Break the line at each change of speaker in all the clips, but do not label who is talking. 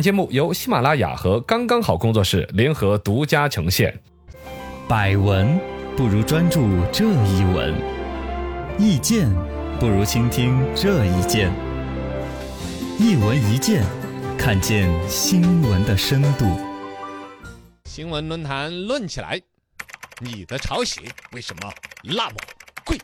节目由喜马拉雅和刚刚好工作室联合独家呈现。
百闻不如专注这一闻，意见不如倾听这一见。一闻一见，看见新闻的深度。
新闻论坛论起来，你的抄袭为什么那么贵？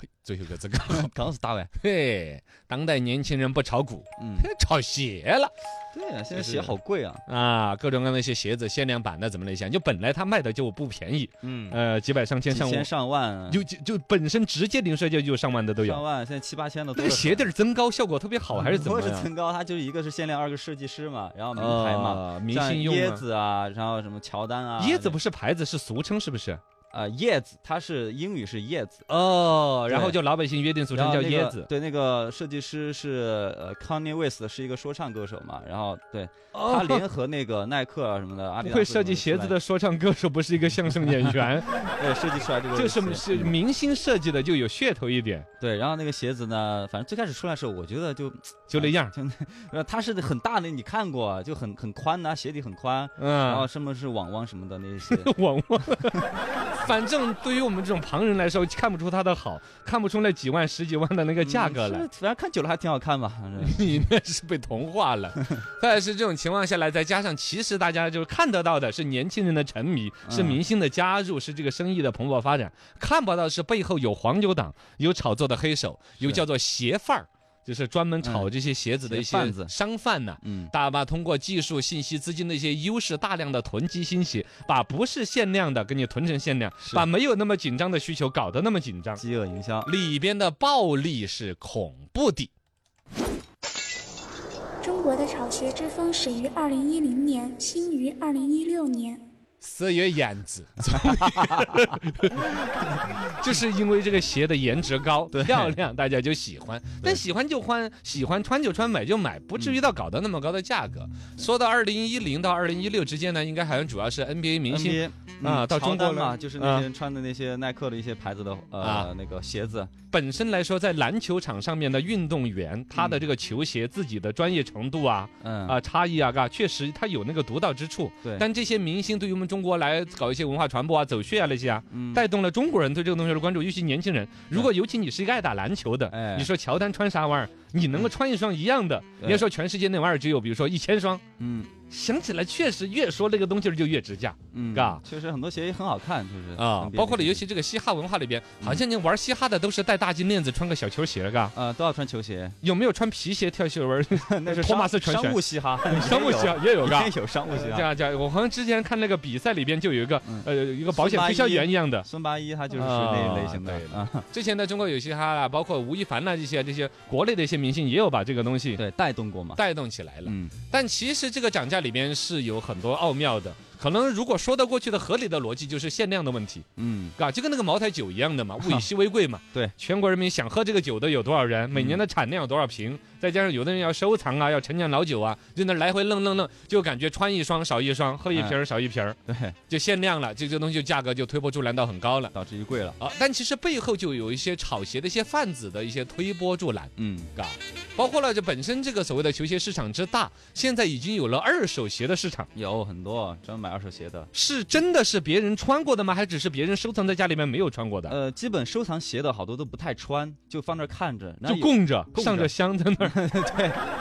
嘿，最后一个 这个，
刚是打完。
嘿，当代年轻人不炒股，
嗯，
嘿 炒鞋了
对啊，现在
是
鞋好贵啊。
啊！各种各样的一些鞋子，限量版的怎么那些，就本来他卖的就不便宜，
嗯，
呃，几百上千
几
上
千
万，
上万，啊
就就就本身直接零售价就上万的都
上
有。
万，现在七八千的
那个
多得很。
鞋底儿增高效果特别好，还是怎么
不是
样？
增高，它就是一个是限量，二个设计师嘛，然后名牌嘛，
啊，明
像
星用
椰
啊
子啊，然后什么乔丹啊，
椰子不是牌子，是俗称，是不是？
啊叶子，它是英语是叶子，
哦，然后
对
就老百姓约定俗
然
称
后
叫
那个
椰子。
对，那个设计师是呃 Kanye West，是一个说唱歌手嘛，然后对
哦
他联合那个耐克啊什 么的，阿迪
不
达
会
斯
设
什么
计鞋子
出来
的说唱歌手不是一个相声演员，
对设计出来这个
就是
鞋
是明星设计的就有噱头一点，
对，然后那个鞋子呢，反正最开始出来的时候，我觉得就
就那样。
就呃它是很大的，你看过啊，就很很宽呐、鞋底很宽，然后
嗯，
什么是网网什么的那些鞋，
网网， 反正对于我们这种旁人来说，看不出它的好，看不出那几万、十几万的那个价格
嗯
来
是。反正看久了还挺好看吧，反 正
你那是被同化了。再是这种情况下来，再加上其实大家就是看得到的是年轻人的沉迷，
嗯
是明星的加入，是这个生意的蓬勃发展；看不到是背后有黄牛党，有炒作的黑手，有叫做鞋贩儿，就是专门炒这些鞋子的一些
嗯鞋贩子
商贩呐。
嗯，
大把通过技术、信息、资金的一些优势，大量的囤积新鞋，把不是限量的给你囤成限量，
是
把没有那么紧张的需求搞得那么紧张，
饥饿营销，
里边的暴利是恐怖的。
中国的炒鞋之风始于2010年，兴于2016年。
四月颜值， 就是因为这个鞋的颜值高、漂亮，大家就喜欢。但喜欢就欢，喜欢穿就穿，买就买，不至于到搞到那么高的价格。说到二零一零到二零一六之间呢，应该好像主要是 NBA 明星
NBA 嗯
啊到
乔
中国
丹
来
嘛，就是那些人穿的那些耐克的一些牌子的
啊
呃那个鞋子，
本身来说，在篮球场上面的运动员，他的这个球鞋自己的专业程度啊
嗯
啊差异啊，嘎，确实他有那个独到之处。
对，
但这些明星对于我们中国来搞一些文化传播啊、走穴啊那些啊，
嗯
带动了中国人对这个东西的关注，尤其年轻人。如果尤其你是一个爱打篮球的
哎，
你说乔丹穿啥玩意儿，你能够穿一双一样的，
对
你要说全世界那玩意儿只有比如说一千双，
嗯
想起来确实越说那个东西就越值价
嗯
嘎
确实很多鞋也嗯很好看，就是
啊
NBA。
包括了
那些
尤其这个嘻哈文化里边，
嗯
好像你玩嘻哈的都是戴大金链子、穿个小球鞋，嘎，
呃都要穿球鞋，
有没有穿皮鞋跳秀 玩？
那是
托马斯
商
全旋
商务嘻哈，
商务鞋也有
有
嘎
也。有商务嘻
这
哈。
样这样，啊我好像之前看那个比赛里边就有一个
嗯
呃一个保险推销员一样的，
孙八一他就是属于那一类型的
啊对的
啊，
之前的中国有嘻哈啦，包括吴亦凡啦这些这些国内的一些明星也有把这个东西
对，带动过嘛，
带动起来了。
嗯，
但其实这个涨价里边是有很多奥妙的，可能如果说得过去的合理的逻辑就是限量的问题，
嗯，
啊，就跟那个茅台酒一样的嘛，物以稀为贵嘛。
对，
全国人民想喝这个酒的有多少人？每年的产量有多少
嗯
瓶？再加上有的人要收藏啊，要陈酿老酒啊，就那来回愣愣愣，就感觉穿一双少一双，喝一瓶
哎
儿少一瓶儿，
对，
就限量了，这这东西就价格就推波助澜到很高了。
导致于贵了，
啊，但其实背后就有一些炒鞋的一些贩子的一些推波助澜，
嗯，
嘎，包括了这本身这个所谓的球鞋市场之大，现在已经有了二手鞋的市场，
有很多专门买二手鞋的，
是真的是别人穿过的吗？还只是别人收藏在家里面没有穿过的，
呃，基本收藏鞋的好多都不太穿，就放那儿看着，
就
然后有，
供着
供
上
着
着香在那儿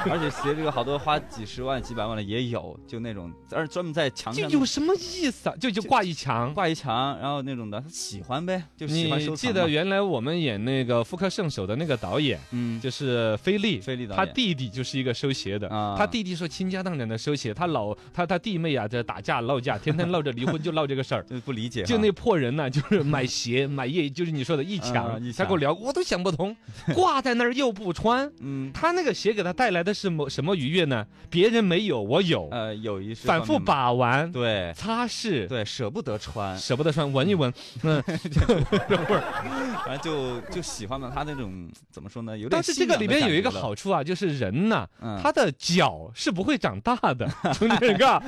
而且鞋这个好多花几十万、几百万的也有，就那种，而专门在墙
这
上
有什么意思啊？就就挂一墙。
挂一墙，然后那种的，他喜欢呗，就喜欢
你
收藏
记
嘛。
得原来我们演那个《复刻圣手》的那个导演，
嗯，
就是菲利，
菲利导
他
演
弟弟就是一个收鞋的，
啊
他弟弟说倾家荡产的收鞋，他老他他弟妹啊这打架闹架，天天闹着离婚就闹这个事儿。
就不理解哈，
就那破人呐、就是买 鞋买夜，就是你说的一
啊
抢
一，
他
抢
跟我聊，我都想不 通，挂在那儿又不穿，
嗯
他那个鞋给他带来的是某什么愉悦呢？别人没有，我有，
呃有一些
反复
方面吧，
把玩、
对
擦拭，
对，舍不得 穿，
舍不得穿，闻一闻，嗯，
反正就就喜欢嘛，他那种怎么说呢，有点
但是这个
信
里
仰的
面有一个
感觉了，
好处啊，就是人呐、
嗯
他的脚是不会长大的，兄弟哥，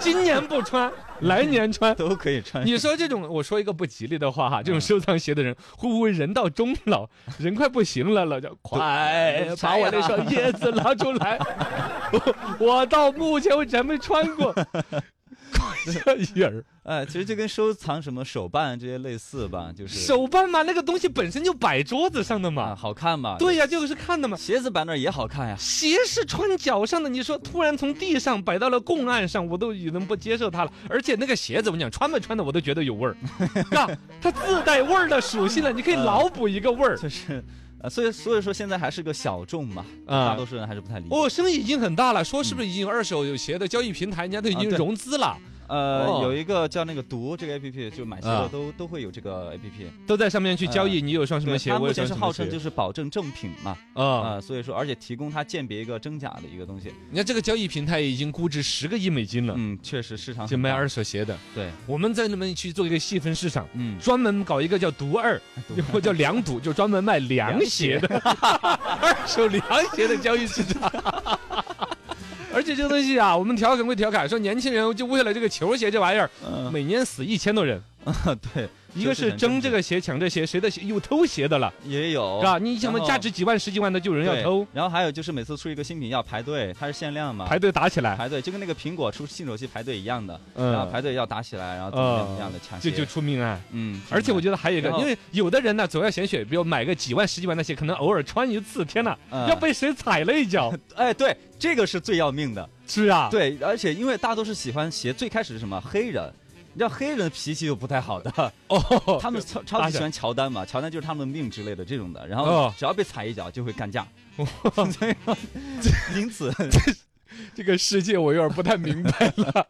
今年不穿，来年穿。
都可以 穿。
你说这种，我说一个不吉利的话哈，这种收藏鞋的人会不会人到中老， 人快不行了，老叫快把我那双椰子拿出来， 我我到目前为止还没穿过， 快一人儿
哎，其实就跟收藏什么手办这些类似吧，就是
手办嘛，那个东西本身就摆桌子上的
啊，
嘛，
好看嘛。
对呀、就是看的嘛。
鞋子摆那儿也好看呀。
鞋是穿脚上的，你说突然从地上摆到了供案上，我都已经不接受它了。而且那个鞋子，我跟你讲穿没穿的，我都觉得有味儿，啊，它自带味儿的属性了，你可以脑补一个味儿。
就是，呃，所以所以说现在还是个小众嘛，
啊
大多数人还是不太理解。
哦，生意已经很大了，说是不是已经有二手有鞋的交易平台，人家都已经
啊对
融资了，
呃，
哦
有一个叫那个读这个 A P P，就买鞋
啊
的都、都会有这个 A P P。
都在上面去交易。你有双什么
嗯对
鞋，
它
我
目
有双
前是
什
号
么
称
鞋
就。是保证正品嘛，啊、
啊，
所以说而且提供它鉴别一个真假的一个东西。
你看这个交易平台已经估值十个亿美金了，
嗯，确实市场
就
很
卖
大
二手鞋的。
对，
我们在那边去做一个细分市场。
嗯，
专门搞一个叫“毒二”，或叫“凉赌”，就专门卖凉鞋的 二手凉鞋的交易市场。 而且这个东西啊，我们调侃归调侃，说年轻人就为了这个球鞋这玩意儿，
嗯、
每年死一千多人。
对，
一个是争这个鞋、抢这鞋，谁的鞋有偷鞋的了，
也有
是吧？你想嘛，
哦然后
价值几万、十几万的就有人要
对
偷，
然后还有就是每次出一个新品要排队，它是限量嘛，
排队打起来，
啊排队就跟那个苹果出新手机排队一样的，然后
嗯，
排队要打起来，然后怎么样怎么样的抢
这
鞋，
就出命案。
嗯，
而且我觉得还有一个
然，后
因为有的人呢总要显血，比如买个几万、十几万的鞋，可能偶尔穿一次，天哪，
嗯
要被谁踩了一 脚，
哎对，这个是最要命的，
是啊，
对，而且因为大多数喜欢鞋，最开始是什么黑人。你知道黑人脾气就不太好的，
哦，
他们超超级喜欢乔丹嘛，乔丹就是他们的命之类的这种的，然后
哦
只要被踩一脚就会干架，所以说因此
这个世界我有点不太明白了。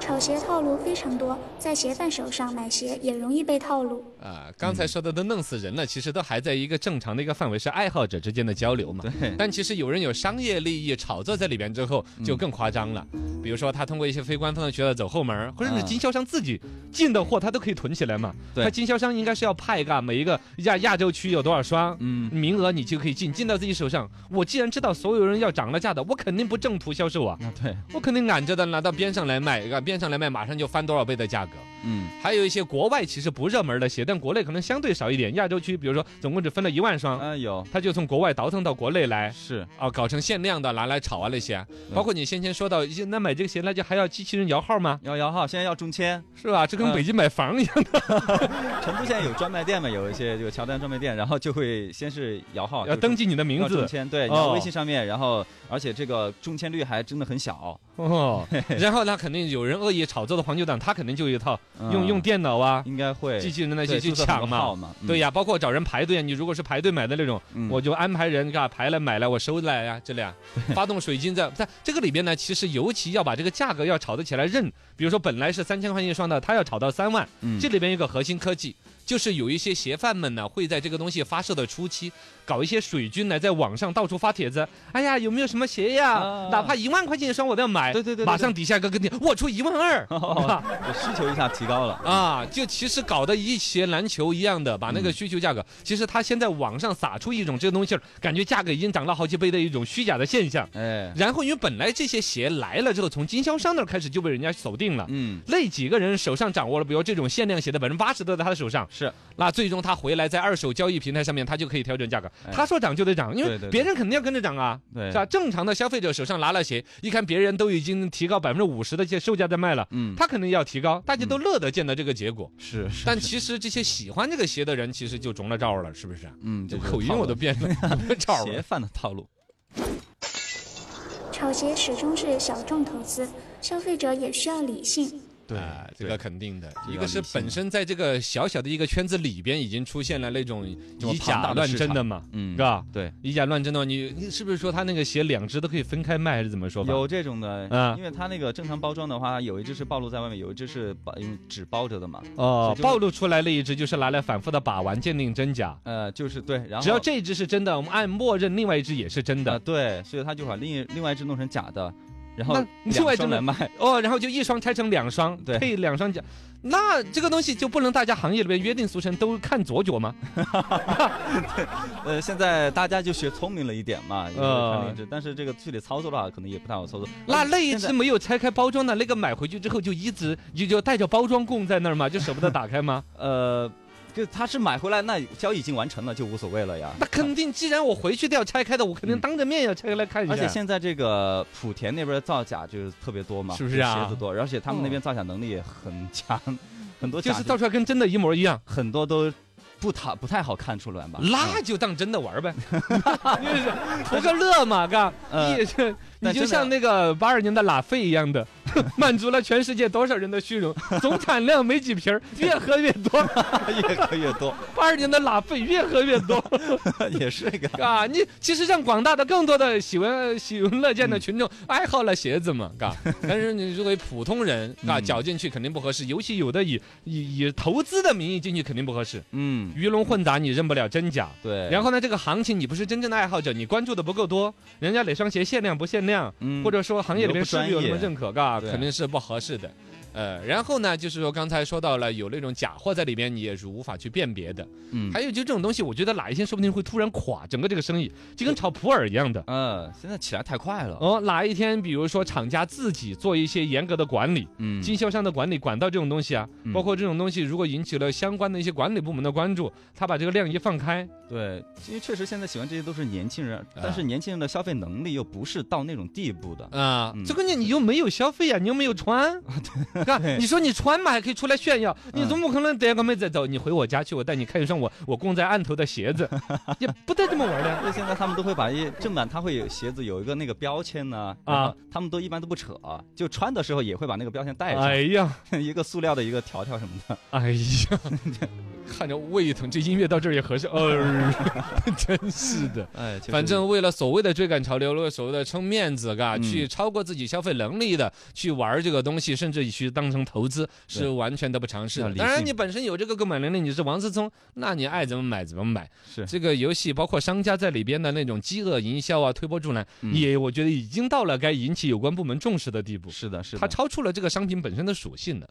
炒鞋套路非常多，在鞋贩手上买鞋也容易被套路。
啊，刚才说的都弄死人了，其实都还在一个正常的一个范围，是爱好者之间的交流嘛。
对
但其实有人有商业利益炒作在里边之后，
嗯
就更夸张了。比如说，他通过一些非官方的渠道走后门儿，或者是
嗯
经销商自己进的货，他都可以囤起来嘛。
对
他经销商应该是要派一个每一个亚亚洲区有多少双。
嗯
名额你就可以进，进到自己手上。我既然知道所有人要涨了价的，我肯定不正途销售啊，
啊 对，
我肯定赶着的拿到边上来卖，啊边上来卖马上就翻多少倍的价格。
嗯
还有一些国外其实不热门的鞋，但国内可能相对少一点。亚洲区，比如说总共只分了一万双，
啊有
他就从国外倒腾到国内来。
是
啊，搞成限量的拿来炒啊那些，
对
包括你先前说到，一些那买这个鞋那就还要机器人摇号吗？
要摇号，现在要中签，
是吧？这跟
嗯
北京买房一样，
成都现在有专卖店嘛，有一些这个乔丹专卖店，然后就会先是摇号，
要
哦就是
登记你的名
要中
字
签，对，你要
哦
微信上面，然后而且这个中签率还真的很小，
哦。然后那肯定有人恶意炒作的黄牛党，他肯定就有一套用
嗯
用电脑啊、
应该会
机器人那
那
些去抢嘛
号。嘛，嗯
对，呀，包括找人排队啊，你如果是排队买的那种，
嗯
我就安排人嘎排了买来，我收来呀、这 俩发动水晶在在这个里边呢，其实尤其要把这个价格要炒得起来认，比如说本来是三千块钱一双的，它要炒到三万，
嗯
这里边有个核心科技。就是有一些鞋贩们呢，会在这个东西发售的初期，搞一些水军来在网上到处发帖子。哎呀，有没有什么鞋呀？
啊
哪怕一万块钱一双我都要买。
对对对对
马上底下一个跟你，我出一万二。
哦我需求一下提高了，
啊，就其实搞得一鞋难求一样的，把那个需求
嗯
价格，其实他先在网上撒出一种这个东西儿，感觉价格已经涨了好几倍的一种虚假的现象。
哎，
然后因为本来这些鞋来了之后，从经销商那儿开始就被人家锁定了。
嗯
那几个人手上掌握了，比如这种限量鞋的百分之八十都在他的手上，
是，
那最终他回来在二手交易平台上面，他就可以调整价格。
哎
他说涨就得涨，因为
对对对
别人肯定要跟着涨啊，
对
是吧？正常的消费者手上拿了鞋，一看别人都已经提高百分之五十的这售价在卖了，
嗯
他肯定要提高，大家都乐得见到这个结果。
是是，
但其实这些喜欢这个鞋的人，其实就中了招了，是不是？
嗯
就
这
口音
套路
我都变了，中了招
鞋
了。
贩的套路，
炒鞋始终是小众投资，消费者也需要理性。
对
啊这
哎对
个肯定的。
这
一
要
个是
理性
本身在这个小小的一个圈子里边，已经出现了那种
这么
以
庞
假
大的
乱
市
真的
场
嘛，
嗯
是吧？
对。
以假乱真的话，你你是不是说他那个鞋两只都可以分开卖，还是怎么说法？
有这种的，
嗯
因为它那个正常包装的话，有一只是暴露在外面，有一只是包用纸包着的嘛，
哦
所以，就是
暴露出来那一只就是拿来反复的把玩，鉴定真假。
呃，就是对，然后
只要这一只是真的，我们按默认另外一只也是真
啊、
的。
对，所以他就把另一另外一只弄成假的，然后
那另外
两双
这
来
么
卖，
哦，然后就一双拆成两双，
呃对
配两双脚。那这个东西就不能大家行业里面约定俗成都看左脚
哎
吗？
呃，现在大家就学聪明了一点嘛，也
呃
看荔枝，但是这个具体操作的话，可能也不太好操作。呃
那那一
现在
只没有拆开包装的那个买回去之后就一直就就带着包装供在那儿嘛，就舍不得打开 吗？
呃，就他是买回来，那交易已经完成了，就无所谓了呀。
那肯定，既然我回去都要拆开的，我肯定
嗯
当着面要拆开来看一下。
而且现在这个莆田那边造假就是特别多嘛，
是不是啊嗯
鞋子多，而且他们那边造假能力也很强，很多
就
假
是造出来跟真的一模一样，
很多都不太不太好看出来吧？
那就当真的玩儿 呗，就是图个乐嘛，嘎，
呃
你这你
但真
就
的
像那个八二年的拉菲一样 的，满足了全世界多少人的虚荣，总产量没几 瓶儿，越喝越多。
越喝越多，
八二年的拉菲越喝越多，
也是一个。
嘎，你其实让广大的更多的喜闻喜闻乐见的群众
嗯
爱好了鞋子嘛， 嘎，但是你作为普通人，嘎，
嗯
搅进去肯定不合适，尤其有的以以以投资的名义进去肯定不合适，
嗯，
鱼龙混杂，你认不了真假。
对。
然
后，
后呢，这个行情你不是真正的爱好者，你关注的不够多，人家哪双鞋限量不限量，
嗯
或者说行业里面是不是有
你
什
又
么
不专业
认可，嘎，
对
肯定是不合适的。呃，然后呢，就是说刚才说到了有那种假货在里面，你也是无法去辨别的。
嗯，
还有就这种东西，我觉得哪一天说不定会突然垮，整个这个生意就跟炒普洱一样的。
呃，现在起来太快了。
哦，哪一天比如说厂家自己做一些严格的管理，
嗯，
经销商的管理管到这种东西啊，
嗯
包括这种东西，如果引起了相关的一些管理部门的关注，他把这个量一放开，
对，因为确实现在喜欢这些都是年轻人，但是年轻人的消费能力又不是到那种地步的。
啊，
嗯
最关键你又没有消 费呀、你又没有穿，看你说你穿嘛，还可以出来炫耀，你
嗯
总不可能逮个妹子走，你回我家去，我带你看一双我我供在案头的鞋 子，也不带这么玩儿的呀。
所以现在他们都会把一正版，它会有鞋子有一个那个标签呢，
啊
然后他们都一般都不扯，就穿的时候也会把那个标签带上，
哎呀，
一个塑料的一个条条什么的。
哎呀，看着胃疼，这音乐到这儿也合适， 呃，真是的。
哎，确实
反正为了所谓的追赶潮流，为了所谓的撑面子，嘎，
嗯
去超过自己消费能力的去玩这个东西，甚至去当成投资，是
对
完全得不偿失
要
的。
理
当然，
性
你本身有这个购买能力，你是王思聪，那你爱怎么买怎么买。
是
这个游戏包括商家在里边的那种饥饿营销啊、推波助澜，
嗯
也我觉得已经到了该引起有关部门重视的地步，
是的，是的，
它超出了这个商品本身的属性了。